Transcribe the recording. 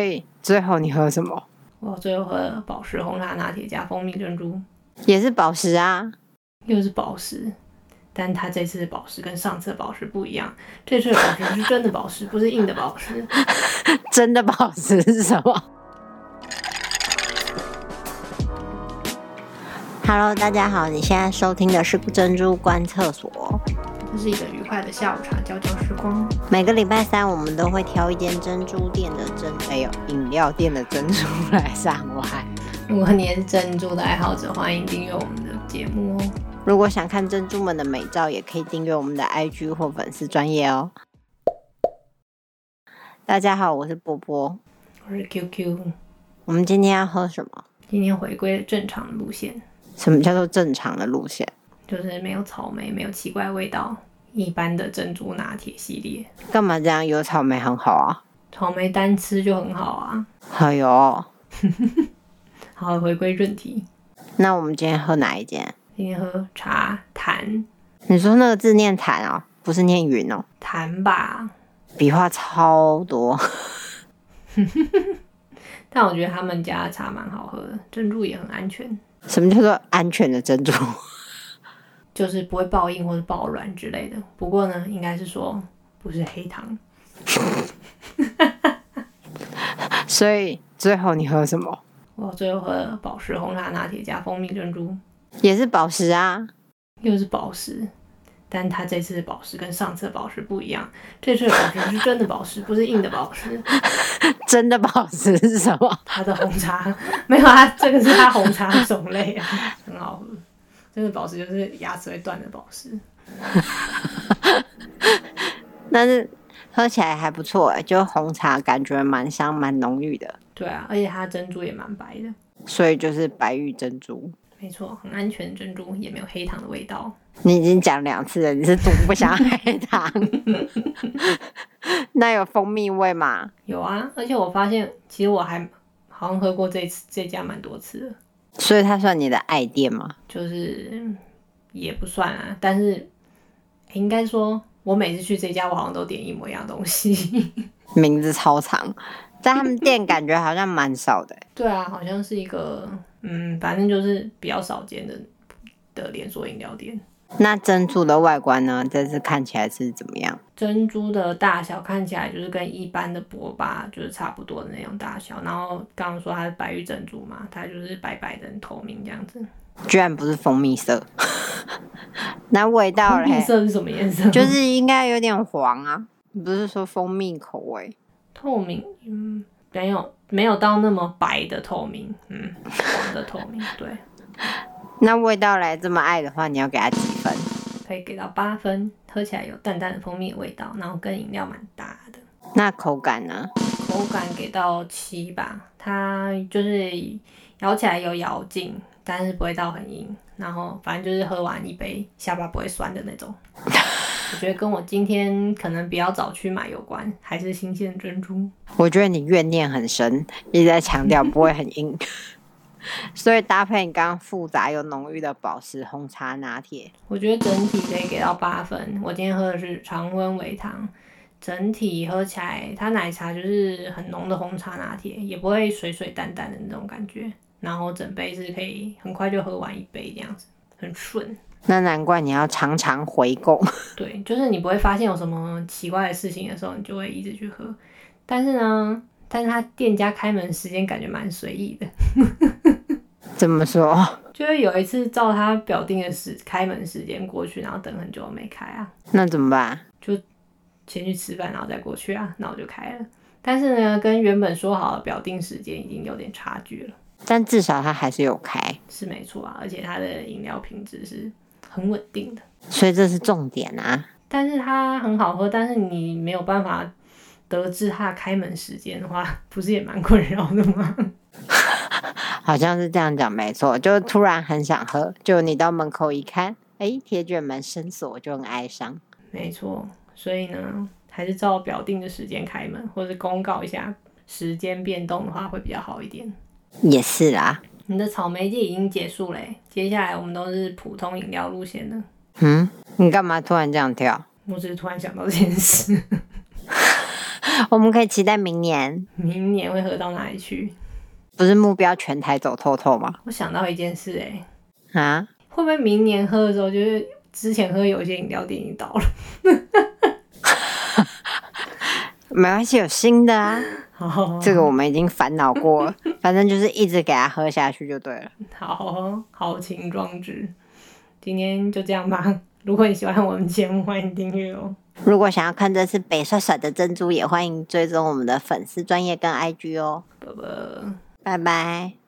所以最后你喝什么？我最后喝了宝石红茶拿铁加蜂蜜珍珠，也是宝石啊。又是宝石，但它这次的宝石跟上次的宝石不一样，这次的宝石是真的宝石，不是硬的宝石。真的宝石是什么？Hello，大家好，你现在收听的是珍珠观厕所。这是一个愉快的下午茶，交交时光。每个礼拜三，我们都会挑一间珍珠店的珍，哎呦，饮料店的珍珠来上完。如果你也是珍珠的爱好者，欢迎订阅我们的节目哦。如果想看珍珠们的美照，也可以订阅我们的 IG 或粉丝专业哦。大家好，我是波波。我是 QQ，我们今天要喝什么？今天回归正常的路线，什么叫做正常的路线？就是没有草莓，没有奇怪味道，一般的珍珠拿铁系列。干嘛这样？有草莓很好啊。草莓单吃就很好啊。哎呦，好，回归正题，那我们今天喝哪一间？今天喝茶谈你说那个字念潭哦，不是念云哦，谈吧，笔画超多。 但我觉得他们家的茶蛮好喝的，珍珠也很安全，什么叫做安全的珍珠？ 就是不会爆硬或者爆软之类的。不过呢，应该是说不是黑糖，所以最后你喝什么？我最后喝了宝石红茶拿铁加蜂蜜珍珠，也是宝石啊。又是宝石，但它这次的宝石跟上次的宝石不一样，这次的宝石是真的宝石，不是硬的宝石。真的宝石是什么？ 它的红茶没有啊，这个是它红茶的种类啊，很好喝。真的宝石就是牙齿会断的宝石，但是喝起来还不错哎，就红茶感觉蛮香蛮浓郁的，对啊，而且它珍珠也蛮白的，所以就是白玉珍珠。没错，很安全的珍珠，也没有黑糖的味道。你已经讲两次了，你是毒不想黑糖？那有蜂蜜味吗？有啊，而且我发现其实我还好像喝过这次这家蛮多次的，所以它算你的爱店吗？就是嗯也不算啊，但是诶应该说，我每次去这家，我好像都点一模一样的东西。 名字超长，但他们店感觉好像蛮少的欸。对啊，好像是一个嗯，反正就是比较少见的的连锁饮料店。那珍珠的外观呢？这次看起来是怎么样？珍珠的大小看起来就是跟一般的波霸就是差不多的那种大小，然后刚刚说它是白玉珍珠嘛，它就是白白的、很透明这样子。居然不是蜂蜜色， 那味道绿嘞？色是什么颜色？就是应该有点黄啊。你不是说蜂蜜口味？透明，嗯，没有没有到那么白的透明，嗯，黄的透明， 对，那味道来这么爱的话，你要给它几分？可以给到八分，喝起来有淡淡的蜂蜜的味道，然后跟饮料蛮搭的，那口感呢？口感给到七吧，它就是咬起来有咬劲，但是不会到很硬，然后反正就是喝完一杯下巴不会酸的那种。我觉得跟我今天可能比较早去买有关，还是新鲜珍珠。我觉得你怨念很深，一直在强调不会很硬， 所以搭配你刚刚复杂又浓郁的宝石红茶拿铁，我觉得整体可以给到八分。我今天喝的是常温微糖，整体喝起来它奶茶就是很浓的红茶拿铁，也不会水水淡淡的那种感觉。然后整杯是可以很快就喝完一杯这样子，很顺。那难怪你要常常回购。 对，就是你不会发现有什么奇怪的事情的时候，你就会一直去喝。但是呢，但是它店家开门时间感觉蛮随意的。怎么说？就是有一次照他表定的时开门时间过去，然后等很久没开啊，那怎么办？先去吃饭，然后再过去啊，那我就开了。但是呢，跟原本说好的表定时间已经有点差距了，但至少它还是有开，是没错啊。而且它的饮料品质是很稳定的，所以这是重点啊。但是它很好喝，但是你没有办法得知它的开门时间的话，不是也蛮困扰的吗？ 好像是这样讲没错，就突然很想喝，就你到门口一看，哎，铁卷门深锁，我就很哀伤。没错，所以呢，还是照表定的时间开门，或者公告一下时间变动的话，会比较好一点。也是啦，你的草莓季已经结束嘞、接下来我们都是普通饮料路线的。嗯，你干嘛突然这样跳？我只是突然想到这件事。我们可以期待明年，明年会喝到哪里去？不是目标全台走透透吗？我想到一件事、欸，哎，啊，会不会明年喝的时候，就是之前喝有一些饮料店已经倒了？没关系，有新的啊。好，这个我们已经烦恼过了，反正就是一直给它喝下去就对了。好豪情壮志，今天就这样吧。如果你喜欢我们节目，欢迎订阅哦。如果想要看这次北帅帅的珍珠，也欢迎追踪我们的粉丝专业跟 IG 哦。拜拜。拜拜。